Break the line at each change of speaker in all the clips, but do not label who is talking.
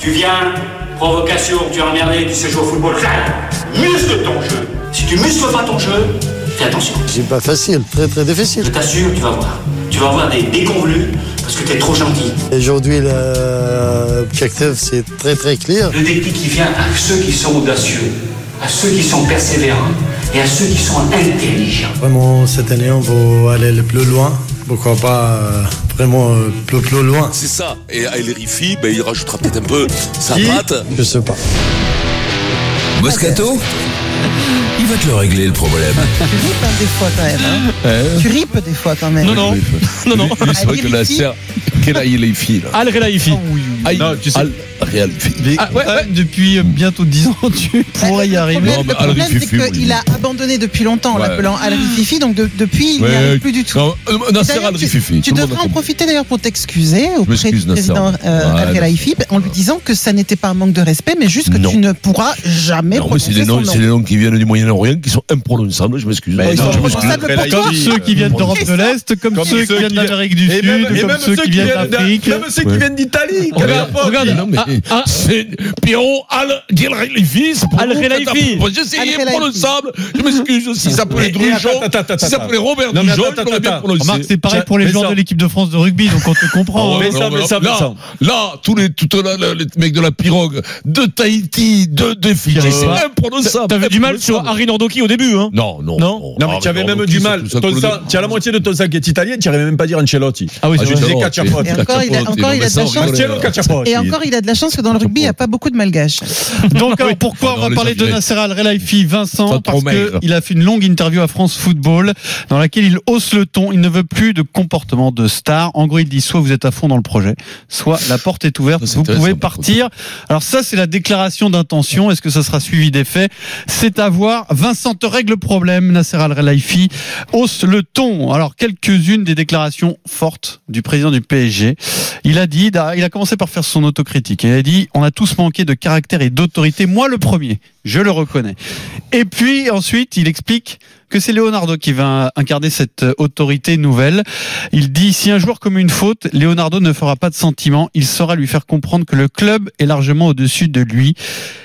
Tu viens, provocation, tu es emmerdé, tu sais jouer au football, là, muscle ton jeu. Si tu muscles pas ton jeu, fais attention.
C'est pas facile, très très difficile.
Je t'assure, tu vas voir. Tu vas avoir des déconvenus parce que t'es trop gentil.
Aujourd'hui, l'objectif, c'est très très clair.
Le déclic qui vient à ceux qui sont audacieux, à ceux qui sont persévérants et à ceux qui sont intelligents.
Vraiment, cette année, on va aller le plus loin. Pourquoi pas euh, vraiment euh, plus, plus loin
C'est ça. Et à Elrifi, ben, il rajoutera peut-être un peu sa
Qui
patte.
Je sais pas.
Moscato Il va te le régler le problème.
Tu ripes hein, des fois quand même. hein. Tu ripes des fois quand même.
Non, non, Ah, non, non.
Lui, C'est vrai que la serre. Quelle aïe les filles là
Al Relaifi.
Ah
Aïe,
Non, tu sais-
Al- Real filles.
Ah, ouais,
Euh,
ouais.
Depuis bientôt 10 ans, tu pourrais y
Ah, Le
arriver.
problème,
Non, mais
le problème,
Al-Rififi,
c'est
oui.
qu'il a abandonné depuis longtemps en
Ouais.
l'appelant al Rififi, donc de- depuis, il n'y
Ouais.
arrive plus du tout.
Non, euh, Nasser
D'ailleurs,
Al
tu-
Rififi.
Tu
tout le monde
devrais en
a compris.
profiter d'ailleurs pour t'excuser auprès
m'excuse,
du président
Nasser.
euh,
Ouais,
Al Khelaifi en lui disant que ça n'était pas un manque de respect, mais juste que
Non.
tu ne pourras jamais
Non, mais c'est
prononcer
des
son
noms,
nom.
c'est des noms qui viennent du Moyen-Orient qui sont imprononçables, je m'excuse. Je
Mais non,
Ils sont
m'excuse.
responsables pour toi.
Comme ceux qui viennent d'Europe de l'Est, comme
euh, Comme
ceux qui viennent d'Amérique du
Et
Sud,
même, et
comme
même
ceux qui viennent
d'A-
d'Afrique.
même ceux qui
Ouais.
viennent d'Italie. quelle
Regarde,
époque.
regarde, non, mais-
Ah, ah,
C'est Pierrot Al Khelaifi, c'est pas
Al
nous que t'as
Khelaifi.
proposé, c'est
Al Khelaifi.
imprononçable. Je m'excuse si ça s'appelait
Et- et
Drujon,
attends, attends, attends,
si ça
attends.
s'appelait Robert
Non, mais
Drujon,
attends,
je l'aurais bien
attends.
prononcé.
Remarque, c'est pareil
Tiens,
pour les
mais
joueurs
ça-
de l'équipe de France de rugby, donc on te comprend.
Ah ouais,
hein.
mais ça,
non,
mais ça, mais
là,
ça.
là, tous les, tout là, là, les mecs de la pirogue, de Tahiti, de, de Fidji,
T'avais
c'est
pas-
imprononçable.
T'avais du mal sur Harry Nordoki au début, hein
Non, non. Ah,
Non, non mais tu avais même du mal. Ton sang- Tu as la moitié de ton sac qui est italien, tu n'arrivais même pas à dire Ancelotti.
Ah oui,
Ah,
c'est
je
vrai.
disais Caciapote.
Et encore, il a- encore, il a de la chance.
Marcello Caciapote.
Et encore, il a de la chance que dans le rugby, il n'y a pas beaucoup de malgaches.
Donc alors, pourquoi
Ah, non,
on va
les
parler de
Algériens.
Nasser Al-Relaifi
Ça
Vincent
te
parce
promet.
qu'il a fait une longue interview à France Football dans laquelle il hausse le ton, il ne veut plus de comportement de star. En gros, il dit soit vous êtes à fond dans le projet, soit la porte est ouverte,
Ça, c'est
vous
intéressant,
pouvez
par contre.
partir. Alors ça c'est la déclaration d'intention, est-ce que ça sera suivi des faits C'est à voir. Vincent te règle le problème, Nasser Al-Relaifi hausse le ton. Alors quelques-unes des déclarations fortes du président du PSG. Il a dit, il a commencé par faire son autocritique. Il a dit, on a tous manqué de caractère et d'autorité. Moi, le premier, je le reconnais. Et puis ensuite, il explique que c'est Leonardo qui va incarner cette euh, autorité nouvelle. Il dit, si un joueur commet une faute, Leonardo ne fera pas de sentiment. Il saura lui faire comprendre que le club est largement au-dessus de lui.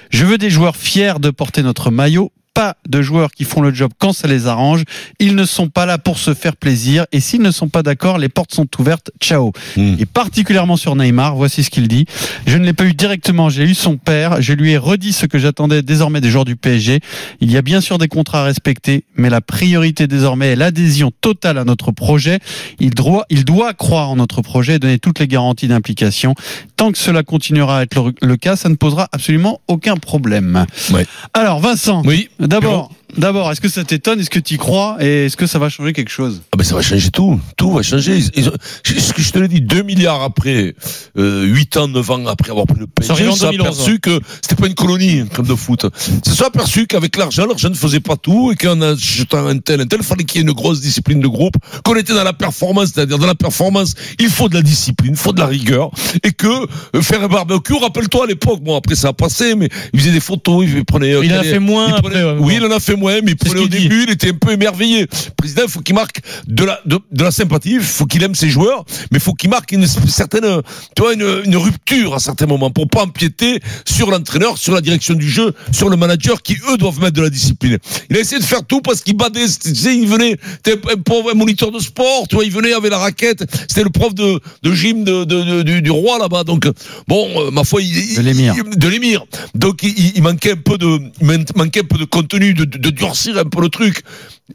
Je veux des joueurs fiers de porter notre maillot. Pas de joueurs qui font le job quand ça les arrange. Ils ne sont pas là pour se faire plaisir. Et s'ils ne sont pas d'accord, les portes sont ouvertes. Ciao
Mm.
et particulièrement sur Neymar. Voici ce qu'il dit. Je ne l'ai pas eu directement, j'ai eu son père. Je lui ai redit ce que j'attendais désormais des joueurs du PSG. Il y a bien sûr des contrats à respecter, mais la priorité désormais est l'adhésion totale à notre projet. Il doit, il doit croire en notre projet et donner toutes les garanties d'implication. Tant que cela continuera à être le, le cas, ça ne posera absolument aucun problème.
Ouais.
Alors, Vincent,
Oui.
d'abord, d'abord, est-ce que ça t'étonne? Est-ce que tu y crois? Et est-ce que ça va changer quelque chose?
Ah ben ça va changer tout, tout va changer. Ils- ils ont- je- ce que je te l'ai dit, 2 milliards après, euh, 8 ans, 9 ans après avoir pris le PSG,
Ça arrive en
ils se sont
2011,
aperçus que c'était pas une colonie comme de foot. Ils se sont aperçus qu'avec l'argent, l'argent ne faisait pas tout et qu'en achetant un tel, un tel, fallait qu'il y ait une grosse discipline de groupe, qu'on était dans la performance, c'est-à-dire dans la performance, il faut de la discipline, il faut de la rigueur et que euh, faire un barbecue, rappelle-toi à l'époque, bon après ça a passé, mais il faisait des photos, il prenait... euh,
Il en a
calais-
fait moins
il prenait-
après, ouais,
oui,
bon.
il en a fait moins, mais il
C'est ce
prenait au
qu'il dit.
début, il était un peu émerveillé. Président, il faut qu'il marque de la, de, de la sympathie, il faut qu'il aime ses joueurs, mais il faut qu'il marque une certaine, euh, tu vois, une, une rupture à certains moments pour pas empiéter sur l'entraîneur, sur la direction du jeu, sur le manager qui, eux, doivent mettre de la discipline. Il a essayé de faire tout parce qu'il badait, tu sais, il venait, t'es un, pauvre- un moniteur de sport, tu vois, il venait avec la raquette, c'était le prof de, de gym de, de- de- du, du roi là-bas, donc, bon, euh, ma foi, il, il-
De l'émir.
de l'émir. Donc il- il, il manquait un peu de il man- manquait un peu de contenu, de, de- de durcir un peu le truc.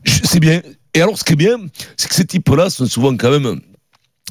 Je- C'est bien. Et alors ce qui est bien, c'est que ces types-là sont souvent quand même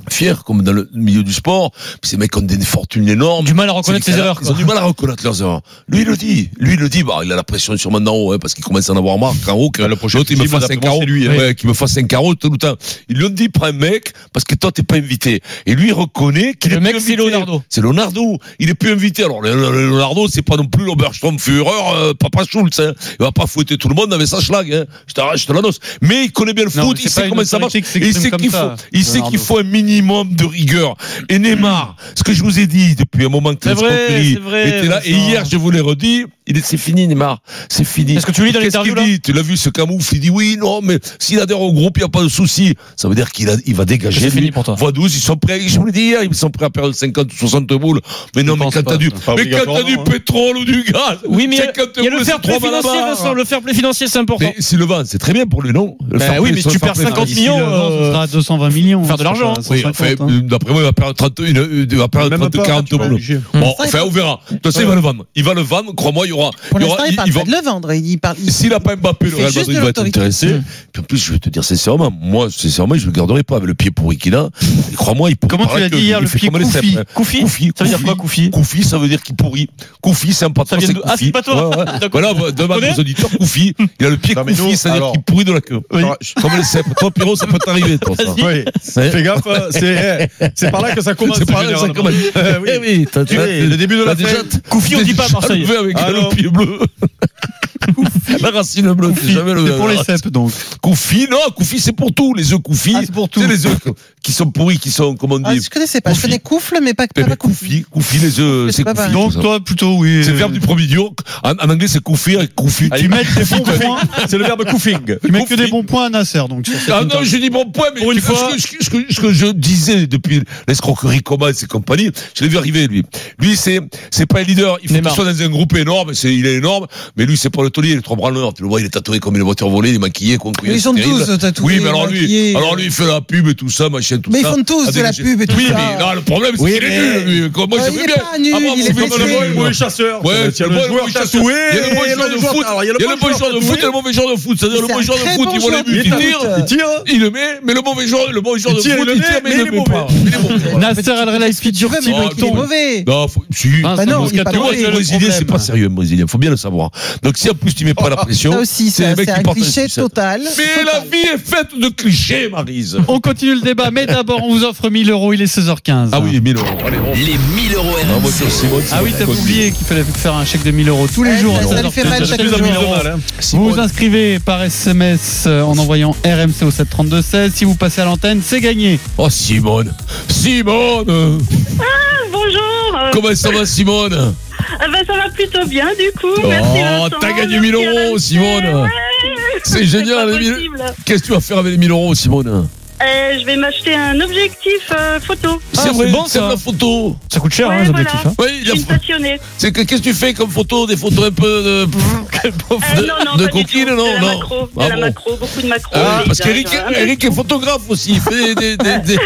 fiers, comme dans le milieu du sport. Ces mecs ont des fortunes énormes.
Du mal à
C'est
reconnaître
des
ses
canards,
erreurs.
Ils ont du mal à reconnaître leurs erreurs. Lui, il le dit. Lui, il le dit. Bah, il a la pression sûrement d'en haut, hein, parce qu'il commence à en avoir marre qu'en haut, que l'autre, il me fasse un carreau. Ouais, qu'il me fasse un carreau tout le temps. Ils lui ont dit, prends un mec, parce que toi, t'es pas invité. Et lui, il reconnaît qu'il
Le
est
mec,
plus
c'est
invité.
Leonardo.
C'est Leonardo. Il est plus invité. Alors, le- le- le Leonardo, c'est pas non plus l'Oberstrom Führer, euh, Papa Schultz, hein. Il va pas fouetter tout le monde avec sa schlag, hein. Je t'arrache, je te l'annonce. Mais il connaît bien le
Non,
foot,
mais
il
c'est pas
sait
une
comment ça marche.
autorité
Et
qui
il
s'exprime
sait
comme
qu'il faut,
ça,
il sait
Leonardo.
qu'il faut un minimum de rigueur. Et Neymar, ce que je vous ai dit depuis un moment que
C'est
Terence
vrai,
Coquelin
c'est vrai,
était là, et
Vincent.
hier, je vous l'ai redit, Il est- C'est fini, Neymar. C'est fini.
Est-ce que tu lis dans
Qu'est-ce
l'interview,
qu'il
là
dit Tu l'as vu, ce camoufle, il dit oui, non, mais s'il adhère au groupe, il n'y a pas de souci. Ça veut dire qu'il a- il va dégager.
C'est
lui.
fini pour toi.
Voix 12, ils sont prêts, je vous l'ai dit hier, ils sont prêts à perdre 50 ou 60 boules. Mais non, mais
pense
quand
pas,
t'as du,
ça.
Pas
mais quand t'as du
obligatoirement, hein.
pétrole ou du gaz,
Oui, mais il y a-
50
il y a le
boules,
fair
c'est
play
trois balles à
financier,
barre.
Vincent. Le fair play financier, c'est important.
Mais s'il le vend, c'est très bien pour lui, non Le
Bah
fair
oui,
play,
mais
sur
tu
le fair
perds
play,
50
c'est-
D'ici
millions,
le vent,
euh,
ce sera à 220 millions.
faire de
ce sera
l'argent,
pas
Oui,
150,
enfin,
hein.
d'après moi, il va perdre 30, il il va perdre 30 40
tu vois,
boules.
obligé.
Bon, enfin, on verra. De toute façon, il va le vendre. Il va le vendre, crois-moi, il y aura.
Pour
il y aura-
l'instant, il parle
il va-
pas de le vendre. Il parle. il-
S'il n'a pas Mbappé, le
fait
Real
juste
Madrid
de
va être
l'autorité. Hmm.
intéressé. Puis en plus, je vais te dire sincèrement, moi, sincèrement, je ne le garderai pas avec le pied pourri qu'il a. Et crois-moi, il pourrait
Comment tu
paraître
l'as dit
que
hier,
il
le
fait
pied
comme les
Koufi
cèpes, hein.
Koufi
Koufi,
Ça veut dire
Koufi.
quoi, Koufi
Koufi, ça veut dire qu'il pourrit. Koufi, c'est un patron,
Ça vient
c'est
de- Ah,
Koufi.
c'est pas toi.
Ouais, ouais.
D'accord.
Voilà, bah, demande
connais
aux auditeurs, Koufi, il a le pied
Non, mais nous,
Koufi, c'est-à-dire
alors-
qu'il pourrit de la queue.
Oui.
Comme les cèpes. Toi, Pierrot, ça peut t'arriver, toi. ça.
Vas-y.
Oui,
Ouais.
fais gaffe, hein, c'est c'est par là que ça commence.
C'est pas grave, ça
généralement.
commence.
Eh oui.
Eh oui, t'as
Tu sais, le début de la fête.
Koufi, on dit pas à Marseille.
levé avec
Ah
le
non.
pied bleu. la racine bleue, c'est jamais le
C'est pour les cèpes, donc.
Koufi, non, Koufi, c'est pour tout. Les œufs Koufi,
Ah, c'est pour tout.
c'est les œufs qui sont pourris, qui sont, comment on
Ah,
dit,
je connaissais pas. Je
Koufi.
connais Coufle, mais pas
eh
pas
ben,
Koufi.
Koufi, Koufi, les œufs,
C'est
c'est
pas
Koufi.
pareil.
ça.
Donc, toi, plutôt, oui.
C'est le
euh, Ah,
verbe du premier duo. En, en anglais, c'est Koufi et Koufi.
Tu mets des bons points.
C'est le verbe coufing.
Tu mets que des bons points à Nasser, donc. sur cette
Ah non,
interview.
j'ai dit bon point, mais
Pour
tu
une
vois,
fois-
ce, que, ce que- ce que je disais depuis l'escroquerie Coma et ses compagnies, je l'ai vu arriver, lui. Lui, c'est, c'est pas un leader. Il faut qu'il
Neymar.
soit dans un groupe énorme, c'est, il est énorme, mais lui, c'est pas le taulier, il est trop branleur. Tu le vois, il est tatoué comme une voiture volée, il est maquillé, con couillé,
Ils
c'est
sont
terrible.
tous tatoués,
Oui, mais alors lui,
maquillés.
alors lui, il fait la pub et tout ça, machin, tout
Mais ils
ça.
font tous de la
Avec-
pub et tout
Oui,
ça.
mais non, le problème, c'est
Oui,
qu'il est
mais-
nul, lui. Comme Moi,
Ah, il
j'aimerais
est
bien.
pas nul,
Ah, bon,
il est
c'est comme
blessé.
le mauvais,
Le
moi,
mauvais chasseur.
Ouais,
il y a le
bon
bon joueur
joueur
tatoué.
il y a le bon joueur de foot,
Alors,
il y a le bon joueur de foot et le mauvais joueur de foot. C'est-à-dire le
Mais c'est
bon
un
joueur de
très
foot,
bon
il voit les
joueur de
buts, il
foot.
tire,
Il tire. hein.
il le met, mais le mauvais joueur, le bon joueur
Il
de
tire,
foot,
il
il
le
tire,
met,
mais il
mais
le
il est
met pas.
mauvais.
Il est mauvais. voilà.
Nasser al Relaïfi
Tu veux
tire
me dire qu'il est
ton.
mauvais.
Non, faut, si.
Vincent
Bah non, il est pas
Tu vois,
mauvais,
un
le
Brésilien, c'est
problème.
pas sérieux, un Brésilien. Faut bien le savoir. Donc, si en plus tu mets pas la pression.
Ça aussi,
c'est
c'est
les mecs
c'est
qui
un
portent les
cliché
sucettes.
total.
Mais la vie est faite de clichés, Marise.
On continue le débat, mais d'abord, on vous offre 1000 euros. Il est 16h15.
Ah oui, 1000 euros. Allez, on
Les 1000 euros
Ah, moi,
RMC.
c'est Simone, c'est
Ah oui,
la
t'as
connerie.
oublié qu'il fallait faire un chèque de 1000 euros tous les
Eh,
jours. à
ça, ça lui
16h15.
fait mal chaque
Plus
jour.
de mal, hein.
Vous vous inscrivez par SMS euh, en envoyant RMC au 732-16. Si vous passez à l'antenne, c'est gagné.
Oh, Simone. Simone.
Bonjour euh,
Comment ça va, Simone?
ah ben, Ça va plutôt bien du coup Merci
Oh,
Vincent,
t'as gagné 1000
merci
euros,
Alain. Eh
Simone. C'est
C'est
génial,
pas
les 1000.
possible.
Qu'est-ce que tu vas faire avec les 1000 euros, Simone?
Euh, Je vais m'acheter un objectif euh, photo.
C'est vrai,
bon,
c'est
ça.
la photo.
Ça coûte cher,
Ouais,
hein, les
voilà.
objectifs. hein.
Oui, il
Je
y a-
suis une passionnée.
C'est que qu'est-ce que tu fais comme photo Des photos un peu de,
Euh,
de,
non, non,
de
pas du
coquines,
tout.
non,
de la
non.
Macro, de
Ah
la
bon.
macro, beaucoup de macro.
Ah,
les
parce
visages,
qu'Eric
hein.
Eric est photographe aussi. Il fait des, des- des- des-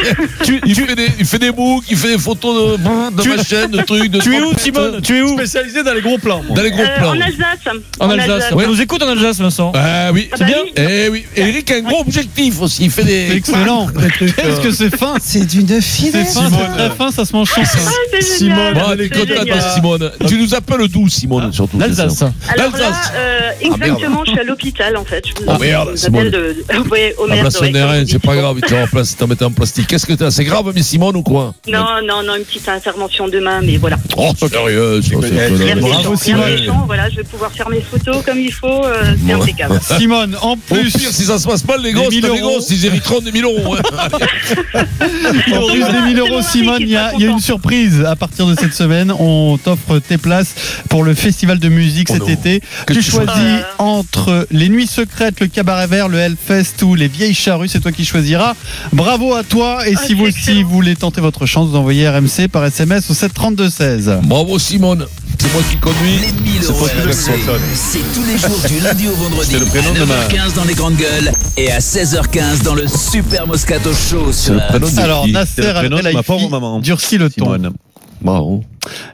il, fait des il fait des books, il fait des photos de, de
Tu-
machines, de trucs, de
Tu es où,
trompettes,
Simone Tu es où
Spécialisé dans les gros plans. moi.
Dans les gros
Euh,
plans.
En Alsace.
En Alsace.
Ouais.
On nous écoute en Alsace, Vincent.
Ah oui,
Ah
c'est
bah
bien.
oui.
Eh oui, Eric a un gros objectif aussi. Il fait
C'est
des.
excellent.
euh,
Qu'est-ce que c'est fin
C'est d'une
C'est
finesse.
fin, c'est très fin, ça se mange sans
Ah,
fin.
c'est
Simone,
génial.
Bon, allez,
c'est
contente,
génial.
Simone. Tu nous appelles d'où,
Ah,
Simone, surtout c'est ça
L'Alsace.
Alors là,
L'Alsace.
euh, exactement, je suis à l'hôpital en fait. Je vous,
Oh, Ah, merde,
je vous
c'est bon.
appelle de. Ouais, au
La
merde,
place
ouais, comme
NRN,
vous
c'est
dites.
pas grave, tu en place, t'en mets en plastique. Qu'est-ce que t'as C'est grave, mais Simone ou quoi
Non, non, non, une petite intervention demain, mais voilà.
Oh, sérieux, c'est- c'est-
Merci.
Rien de
Bravo,
méchant, rien de
Simone.
méchant, voilà, je vais pouvoir faire mes photos comme il faut, euh, c'est
Bon.
impeccable.
Simone, en
Au
plus,
pire, si ça se passe mal, les gosses,
1000
t'as les
euros.
gosses, ils hériteront des 1000 euros. hein.
en plus des 1000 euros, Simone, il y, a il y a une surprise à partir de cette semaine. On t'offre tes places pour le festival de musique
Oh
cet
non.
été.
Que
tu
tu choisis.
choisis entre les Nuits Secrètes, le Cabaret Vert, le Hellfest ou les Vieilles Charrues. C'est toi qui choisiras. Bravo à toi. Et
Ah,
si vous
c'est
aussi
excellent.
vous voulez tenter votre chance, vous envoyez RMC par SMS au 732-16.
Bravo Simone, c'est moi qui conduis.
Les 1000 euros
pas Philippe
RMC.
Sanson.
C'est tous les jours du lundi au vendredi.
C'est le prénom
à
de ma-
9h15 dans les grandes gueules et à 16h15 dans le Super Moscato Show sur
le prénom de-
Alors,
qui
Nasser
C'est le prénom de ma
Al-Khelaifi
pauvre maman.
durcit le ton.
Simone.
Bravo.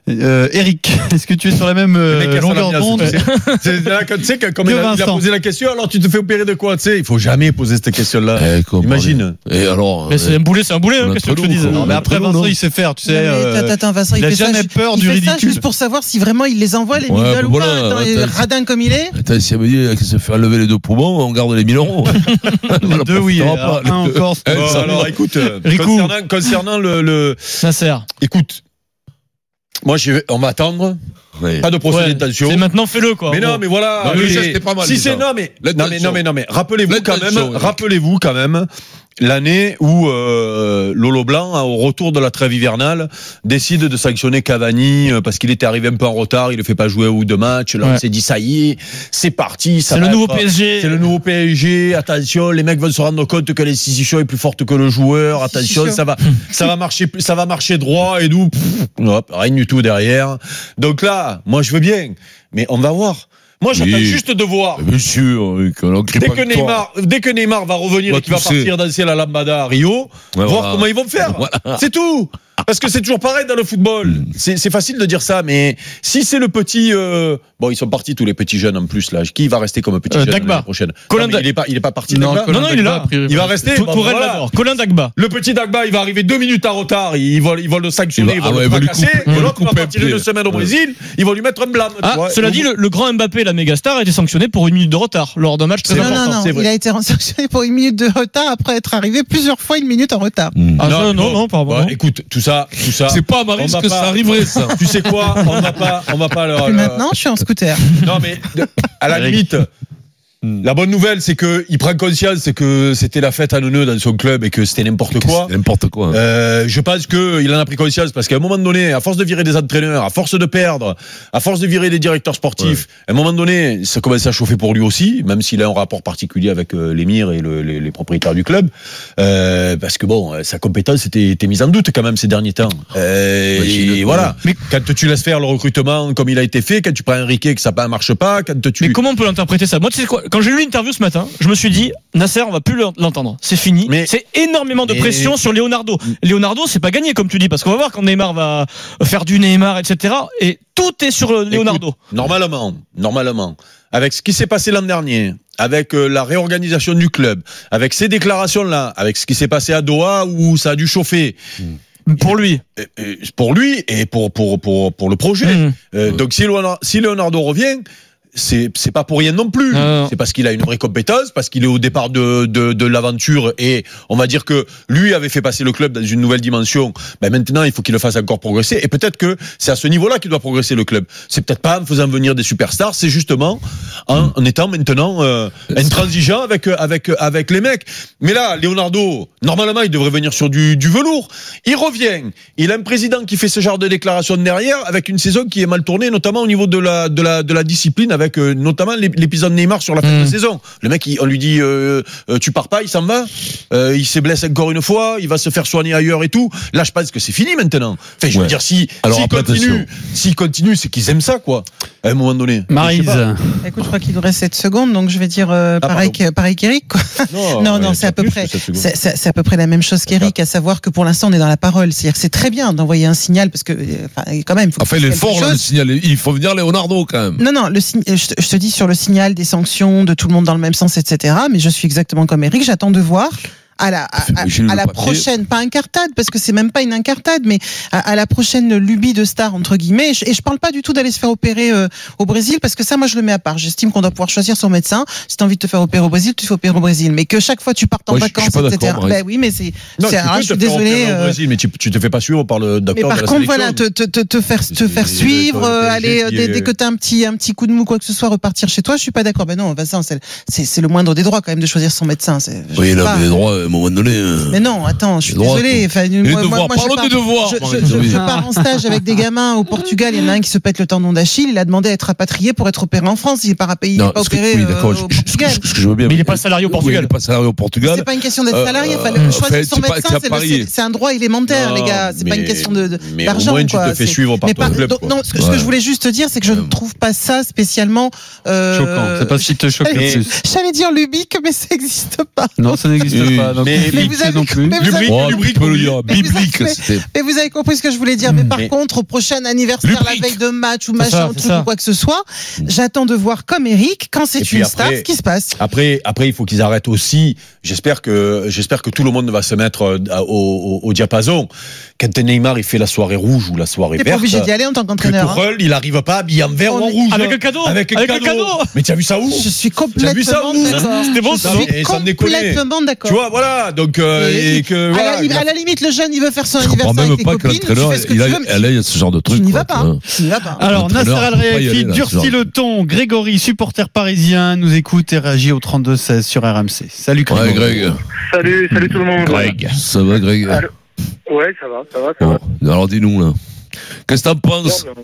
Euh, Eric, est-ce que tu es sur la même euh,
Le mec a
longueur
sa
d'onde
lamiasse, tu sais. C'est là que tu sais que comme
Que
il a, il a
Vincent.
posé la question, alors tu te fais opérer de quoi Tu sais, il faut jamais poser cette question-là.
Eh, comment
Imagine.
parler Et alors
Mais c'est
euh,
un boulet, c'est un boulet, hein,
Notre
qu'est-ce que je te
loup,
dis
quoi.
Non, mais après,
Non, non.
Vincent, il sait faire, tu sais.
Non, mais
euh,
attends, attends, Vincent,
il a
fait ça
jamais
ju-
peur
il
du
fait ça
ridicule.
juste pour savoir si vraiment il les envoie les
Ouais,
1000
bah
balles ou
voilà,
pas. Attends, il est
attends.
radin comme il est.
Attends, si elle me dit qu'elle se fait enlever les deux poumons, on garde les 1000 euros.
les deux, oui.
profitera pas,
alors,
les
un en
deux.
Corse.
Eh,
Bon,
ça va.
alors écoute, euh,
Rico.
concernant, concernant le, le-
Sincère.
Écoute, moi je vais, on va attendre
Ouais.
Pas de procès d'intention.
C'est maintenant, fais-le, quoi. Oh.
Mais non,
Bon.
mais voilà.
Non, mais
oui,
le geste
mais-
est pas mal,
Si
déjà.
c'est non, mais non, mais
L'intention.
non, mais non, mais rappelez-vous quand même,
L'intention, oui.
rappelez-vous quand même l'année où euh, Lolo Blanc, au retour de la trêve hivernale, décide de sanctionner Cavani euh, parce qu'il était arrivé un peu en retard, il ne fait pas jouer au bout de match. Là, on
Ouais.
s'est dit ça y est, c'est parti. ça
C'est le
va
nouveau
pas-
PSG.
C'est le nouveau PSG. Attention, les mecs vont se rendre compte que l'institution est plus forte que le joueur. Attention, ça va, ça va marcher, ça va marcher droit et nous, pff, hop, rien du tout derrière. Donc là, moi je veux bien, mais on va voir. Moi j'attends
Oui.
juste de voir.
Bien sûr, oui, qu'on en crie
Dès
pas
que,
victoire.
Neymar, dès que Neymar va revenir
On va
et qu'il va
tousser.
partir danser la lambada à Rio,
Ouais,
voir
voilà.
comment ils vont faire.
Voilà.
C'est tout. Parce que c'est toujours pareil dans le football. C'est c'est facile de dire ça, mais si c'est le petit, euh, bon, ils sont partis tous les petits jeunes en plus là. Qui va rester comme petit
Euh,
jeune
Dagba.
l'année prochaine
Colin
Non, mais
Da-
Il est pas, il est pas parti. Dagba
Colin- non, il est là.
Il va rester.
Tou-
bah,
Tourelle
voilà.
l'adore. Colin Dagba.
Le petit Dagba, il va arriver deux minutes en retard. Ils vont, ils vont le sanctionner,
Il
ils
va- ah
vont
ouais,
le
il va lui
fracasser.
couper-
Et l'autre
couper
va
un
partir
pied.
une semaine au
Ouais.
Brésil. Ils vont lui mettre un blâme. tu
Ah,
vois.
cela dit, le, le grand Mbappé, la méga star, a été sanctionné pour une minute de retard lors d'un match très
Non, non,
important.
non,
c'est vrai.
il a été sanctionné pour une minute de retard après être arrivé plusieurs fois une minute en retard.
Hmm.
Ah, ça, non,
bon,
non, pardon.
bah, écoute, tout ça, tout ça.
C'est pas à Maris
On va
que
pas-
ça arriverait, ça.
Tu sais quoi On va pas, on va pas leur.
Oh
euh,
Puis
leur-
maintenant, je suis en scooter.
Non mais de- à la limite. La bonne nouvelle, c'est que il prend conscience que c'était la fête à neuneu dans son club et que c'était n'importe quoi.
N'importe quoi.
Euh, je pense que il en a pris conscience parce qu'à un moment donné, à force de virer des entraîneurs, à force de perdre, à force de virer des directeurs sportifs, à un moment donné, ça commençait à chauffer pour lui aussi, même s'il a un rapport particulier avec euh, l'émir et le- les, les propriétaires du club, euh, parce que bon, euh, sa compétence était, était mise en doute quand même ces derniers temps. Euh,
Oh, Imagine,
et voilà. quand tu laisses faire le recrutement comme il a été fait, quand tu prends Enrique que ça ne marche pas, quand tu
Mais comment on peut l'interpréter ça Moi, tu sais quoi Quand j'ai lu l'interview ce matin, je me suis dit, Nasser, on va plus l'en- l'entendre. C'est fini.
Mais-
C'est énormément de
Mais-
pression sur Leonardo. Leonardo, c'est pas gagné, comme tu dis, parce qu'on va voir quand Neymar va faire du Neymar, etc. Et tout est sur euh, Leonardo.
Écoute, normalement, normalement, avec ce qui s'est passé l'an dernier, avec euh, la réorganisation du club, avec ces déclarations-là, avec ce qui s'est passé à Doha où ça a dû chauffer
pour lui.
euh, euh, pour lui et pour pour pour pour le projet.
Mmh.
Euh, donc si Leonardo, si Leonardo revient. C'est c'est pas pour rien non plus.
Non, non.
C'est parce qu'il a une vraie compétence, parce qu'il est au départ de de, de l'aventure et on va dire que lui avait fait passer le club dans une nouvelle dimension. Ben maintenant il faut qu'il le fasse encore progresser et peut-être que c'est à ce niveau-là qu'il doit progresser le club. C'est peut-être pas en faisant venir des superstars, c'est justement en, Hein, en étant maintenant euh, intransigeant avec euh, avec euh, avec les mecs. Mais là, Leonardo, normalement il devrait venir sur du du velours. Il revient. Il a un président qui fait ce genre de déclaration de derrière avec une saison qui est mal tournée, notamment au niveau de la, de la, de la discipline, avec euh, notamment l'ép- l'épisode Neymar sur la fin
Hmm.
de saison. Le mec, il- on lui dit euh, euh, Tu pars pas, il s'en va. Euh, il se blesse encore une fois, il va se faire soigner ailleurs et tout. Là, je pense que c'est fini maintenant. Enfin, je
Ouais.
veux dire, si,
Alors,
s'il
après, attention.
continue, s'il continue, c'est qu'ils aiment ça, quoi, à un moment donné.
Marise.
Écoute, je crois qu'il nous reste 7 secondes, donc je vais dire euh,
Ah,
pareil
pardon.
que- pareil qu'Eric. quoi. Non, non, c'est à peu près. C'est- C'est c'est à peu près la même chose qu'Eric, à savoir que pour l'instant on est dans la parole. C'est-à-dire que c'est très bien d'envoyer un signal parce que, euh, enfin, quand même, faut
Enfin,
qu'il
il
y
est
ait quelque
fort, là,
chose.
le signal. Il faut venir Leonardo, quand même.
Non, non, le signe- euh, je te je te dis sur le signal des sanctions, de tout le monde dans le même sens, etc. Mais je suis exactement comme Eric, j'attends de voir à la, à, à-
bouger le
à la
papier.
prochaine, pas incartade, parce que c'est même pas une incartade, mais à, à la prochaine lubie de star, entre guillemets. Et je, et je parle pas du tout d'aller se faire opérer euh, au Brésil, parce que ça, moi, je le mets à part. J'estime qu'on doit pouvoir choisir son médecin. Si t'as envie de te faire opérer au Brésil, tu te fais opérer au Brésil. Mais que chaque fois tu partes en
Moi, je- je suis
vacances,
pas d'accord,
etc.
Marie.
Ben oui, mais c'est,
Non,
c'est,
tu
ah,
peux
je suis
te faire
désolé.
enterrer au Brésil, mais tu, tu te fais pas suivre par le
Mais
docteur de
par
la
contre,
sélection.
voilà, te, te, te, te faire, te
C'est-
faire
c'est-
suivre,
c'est-
euh,
c'est-
aller euh,
qui
dès,
est-
dès que t'as un petit, un petit coup de mou, quoi que ce soit, repartir chez toi, je suis pas d'accord. Ben non, Vincent, c'est, c'est, c'est le moindre des droits quand même de choisir son médecin. C'est, je
Oui,
sais
là,
pas.
mais les droits, à un moment donné. euh,
Mais non, attends, je suis
Les droits,
désolé. Enfin, moi, moi,
devoirs.
moi, je
Parlons
pars-
des devoirs,
Je,
par
je-
exemple.
je- je
Ah.
pars en stage avec des gamins au Portugal. Il y en a un qui se pète le tendon d'Achille. Il a demandé à être rapatrié pour être opéré en France. Il est pas rapatrié, il est
Non,
pas
ce que-
opéré
oui,
euh,
d'accord, je-
au
je- je-
Portugal.
ce que je veux bien.
Mais il est pas salarié au
Oui,
Portugal.
il est pas salarié au Portugal.
C'est pas une question d'être
Euh,
salarié. Enfin,
euh,
le choix
fait,
de son
c'est pas-
médecin,
c'est à
c'est, le-
Paris.
c'est- c'est un droit élémentaire,
Non,
les gars. C'est pas
mais-
une question de, de-
mais au
d'argent.
moins, tu
quoi.
te fais
C'est-
suivre par
mais
ton club,
donc,
quoi.
Non, ce que, ce que
Ouais.
je voulais juste te dire, c'est que je ne trouve pas ça spécialement. euh,
Choquant. C'est pas si te choque le
j'allais-
plus.
J'allais dire lubique, mais ça n'existe pas.
Non, ça n'existe
Oui.
pas. donc-
Mais-
Mais vous avez-
non plus.
mais vous avez-
Oh, tu peux le dire.
Mais vous avez-
Biblique, c'était.
Mais vous avez compris ce que je voulais dire. Mais par
Mais-
contre, au prochain anniversaire,
Lubrique.
la veille de match ou
C'est ça,
machin,
c'est
truc
ça.
ou quoi que ce soit, j'attends de voir comme Eric, quand
Et
c'est
puis
une
après-
star, ce qui se passe.
Après, après, il faut qu'ils arrêtent aussi. J'espère que, j'espère que tout le monde va se mettre euh, au, au, au diapason. Quand Neymar, il fait la soirée rouge ou la soirée
T'es pas
verte.
obligé d'y aller en tant
que
qu'entraîneur. hein.
Tuchel, il arrive pas habillé en vert
On
ou en
est-
rouge.
Avec
hein.
un cadeau
Avec un
Avec un
cadeau.
cadeau
Mais t'as vu ça où
Je suis
vu ça,
complètement
vous
d'accord.
C'était bon,
je
ça
suis
Et sans déconner.
complètement d'accord.
Tu vois, Voilà, donc euh,
Et-
et, que
à,
voilà,
la, à la limite, le jeune, Ah, il veut faire son
Je
anniversaire
comprends même
avec les
pas que
copines. Tu
l'entraîneur,
fais ce que tu
il
veux, mais
aille- elle aille à ce genre de truc.
tu n'y
quoi,
vas pas.
tu vois.
hein. Tu n'y vas pas.
Alors,
Le
Nasser
traîneur,
al
faut pas y aller,
Raifi
là,
durcit
ce genre.
le ton. Grégory, supporter parisien, nous écoute et réagit au 32-16 sur RMC. Salut Grégory.
Ouais, Greg.
Salut, salut tout le monde.
Ça va, Greg
Allô Ouais, ça va, ça va, ça
Bon,
va.
alors dis-nous, là. Qu'est-ce que t'en penses
Non, mais-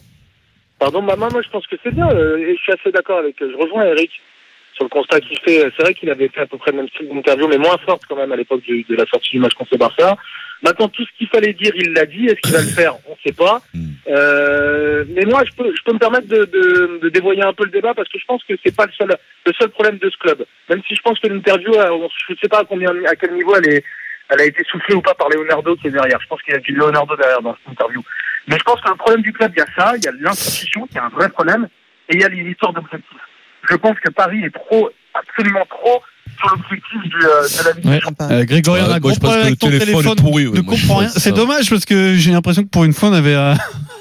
Pardon, maman, moi je pense que c'est bien. euh, et je suis assez d'accord avec. euh, Je rejoins Eric sur le constat qu'il fait. C'est vrai qu'il avait fait à peu près le même style d'interview, mais moins forte quand même à l'époque du- de, la sortie du match contre le Barça. Maintenant, tout ce qu'il fallait dire, il l'a dit. Est-ce qu'il va le faire On ne sait pas. Euh, mais moi, je peux, je peux me permettre de, de, de dévoyer un peu le débat parce que je pense que c'est pas le seul, le seul problème de ce club. Même si je pense que l'interview, euh, on- je ne sais pas à combien, à quel niveau elle est, elle a été soufflée ou pas par Leonardo qui est derrière. Je pense qu'il y a du Leonardo derrière dans cette interview. Mais je pense que le problème du club, il y a ça, il y a l'institution, qui est un vrai problème, et il y a les histoires d'objectifs. Je pense que Paris est trop, absolument trop sur l'objectif du, euh, de la Ligue des
Ouais.
Champions.
Euh, Grégory,
Ouais,
on a
moi,
gros
je pense
problème
que
avec
le
ton
téléphone est
téléphone.
pourri, ouais,
ne
moi, je
comprends
pense
rien.
que
C'est
ça.
dommage parce que j'ai l'impression que pour une fois, on avait euh,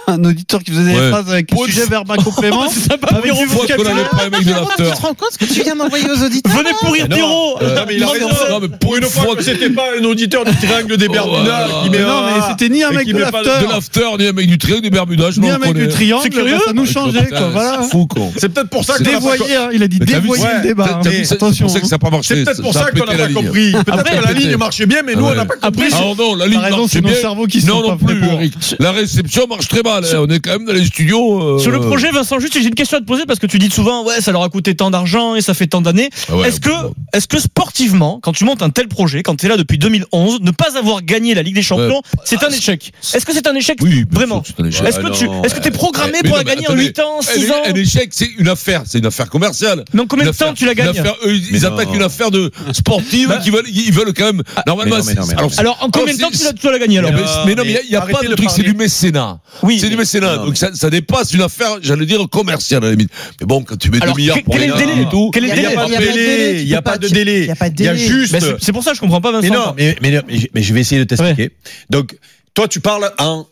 un auditeur qui faisait des
Ouais.
phrases avec
Pour
sujet,
une
verbe, complément.
C'est sympa,
Avec
Pierrot,
du
Faut qu'on
vocabulaire.
n'avait pas les mecs de
Pierrot, Ah, tu
l'after.
te rends compte ce que tu viens d'envoyer aux auditeurs
Venez pourrir
non.
Pierrot
Euh, non, mais il a raison. Non, mais pour une fois que c'était pas un auditeur du triangle des Bermudas
Oh,
qui met
Mais non,
un-
mais c'était ni un
Et
mec
qui
de
met pas
l'after,
De l'after, ni un mec du triangle, des Bermudas, je
ni
m'en
un mec
connais.
du triangle.
C'est curieux.
Ça nous changeait,
Putain,
quoi. Voilà.
C'est fou, con.
C'est peut-être pour ça que
C'est
t'as pas-
Dévoyer, hein, il a dit
Mais t'as vu,
dévoyer
ouais,
le débat.
T'as
hein.
vu, c'est- C'est
Attention.
pour ça que ça n'a pas marché.
C'est peut-être pour ça
a
qu'on
pété
n'a
la
pas
ligne.
compris. Peut-être
Après,
que la
pété.
ligne marchait bien, mais nous,
Ouais.
on n'a pas compris.
Après,
Ah non, la ligne
T'as raison,
marche
c'est nos
bien.
cerveaux qui
Non,
sont
non
pas
plus.
faits pour.
Eric. La réception marche très mal. hein. On est quand même dans les studios. euh,
Sur le projet, Vincent, juste, j'ai une question à te poser parce que tu dis souvent, ouais, ça leur a coûté tant d'argent et ça fait tant d'années.
ah ouais,
est-ce que,
bon.
est-ce que sportivement, quand tu montes un tel projet, quand tu es là depuis 2011, ne pas avoir gagné la Ligue des Champions, c'est un échec Est-ce que c'est un échec
Oui, bien
Vraiment.
sûr que c'est un échec.
Est-ce
Ah
que tu
non,
est-ce que t'es programmé
Mais
pour la
non, mais
gagner en
attendez.
8 ans,
Un
6
é-
ans
Un échec, c'est une affaire, c'est une affaire commerciale.
Mais en combien
Une
de temps
affaire-
tu la
une
gagnes Bah-
affaire- eux, ils
Mais
attaquent
non. Ah,
une affaire de sportive qui veulent, ils veulent quand même. Normalement,
mais non, mais non, mais
c'est-
non,
alors,
mais
c'est-
Alors en combien de
c'est-
temps tu la, tu la gagner alors
mais, mais non, mais il y a- il n'y a,
Arrêtez
pas de
de
truc, c'est
parler.
du mécénat.
Oui.
C'est du mécénat.
Non,
donc ça, ça dépasse une affaire, j'allais dire, commerciale à la limite. Mais bon, quand tu mets 2
Alors,
milliards
quel-
pour
quel est le
rien
délai
et tout,
Quel est
Il
le
n'y a
délai
pas
Il y a pas
de
de délai,
délai.
tu
Il n'y a
peux
pas
pas-
de
tu-
délai.
il y a pas de
Il y a
délai.
juste.
Mais c'est- C'est pour ça que je comprends pas Vincent.
Mais non, mais, mais, non, mais je- mais je vais essayer de t'expliquer. Donc, toi, tu parles en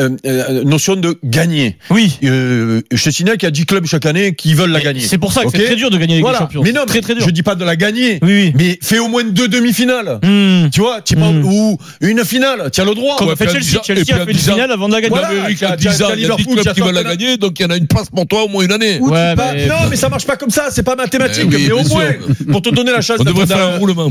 euh, euh, notion de gagner.
Oui.
Euh, je te signale qu'il y a 10 clubs chaque année qui veulent la gagner.
C'est pour ça que
Ok
c'est très dur de gagner la Ligue des
Voilà.
Champions.
Mais non,
très très dur.
je dis pas de la gagner,
Oui oui.
mais fais au moins deux demi-finales.
Mm.
Hmm.
Tu vois, tu prends-
Mm.
ou une finale, tu as le droit.
Comme
Ouais,
a fait
puis
Chelsea,
à-
Chelsea
et puis
a
à
fait une
10 ans-
finale avant de la gagner.
Voilà.
Eric, il y a
t'as-
10 ans,
t'as
il y a 10
Liverpool
clubs
qui a
qui veulent la
sorti-
gagner, donc il y en a une place pour toi au moins une année.
Ou tu
Ouais,
Ah,
pars-
mais-
Non, mais ça marche pas comme ça, c'est pas mathématique.
Eh oui,
mais au
bien sûr.
moins, pour te donner la chance
On devrait
d'être
faire
dans-
un roulement.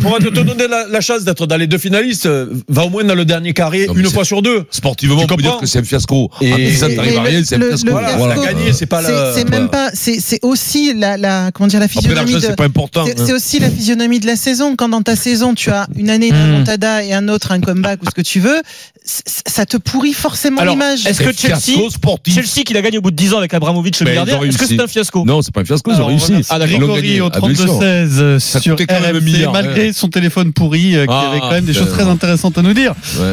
pour te donner la, la chance d'être dans les deux finalistes, euh, va au moins dans le dernier carré
Non, mais
une
c'est-
fois sur deux.
Sportivement,
Tu
on peut
comprends
dire que c'est un fiasco.
Et-
En 10 ans,
et-
t'arrives à
mais
rien,
le-
c'est un
le-
fiasco.
le
Voilà,
fiasco,
la gagner, c'est pas
C'est
la.
c'est même pas. C'est c'est aussi la, la comment dire la
Après, l'argent,
physionomie de.
c'est pas important.
C'est
hein.
c'est aussi la physionomie de la saison. Quand dans ta saison, tu as une année une
Hmm.
remontada et un autre un comeback ou ce que tu veux, c- ça te pourrit forcément
Alors,
l'image.
est-ce que
C'est un
Chelsea
fiasco sportif.
Chelsea qui la gagne au bout de 10 ans avec Abramovich le
Mais ils ont
milliardaire, est-ce que
réussi.
c'est un fiasco
Non, c'est pas un fiasco, ils ont
Alors,
réussi.
on
Ils
a-
l'ont gagné.
Ah, Grégory au
Ah, bien sûr.
32-16
Ça
sur
coûtait quand même un
RMC,
milliard,
malgré son téléphone pourri, euh, qui
Ah,
avait quand même des
putain.
choses très intéressantes à nous dire.
Ouais.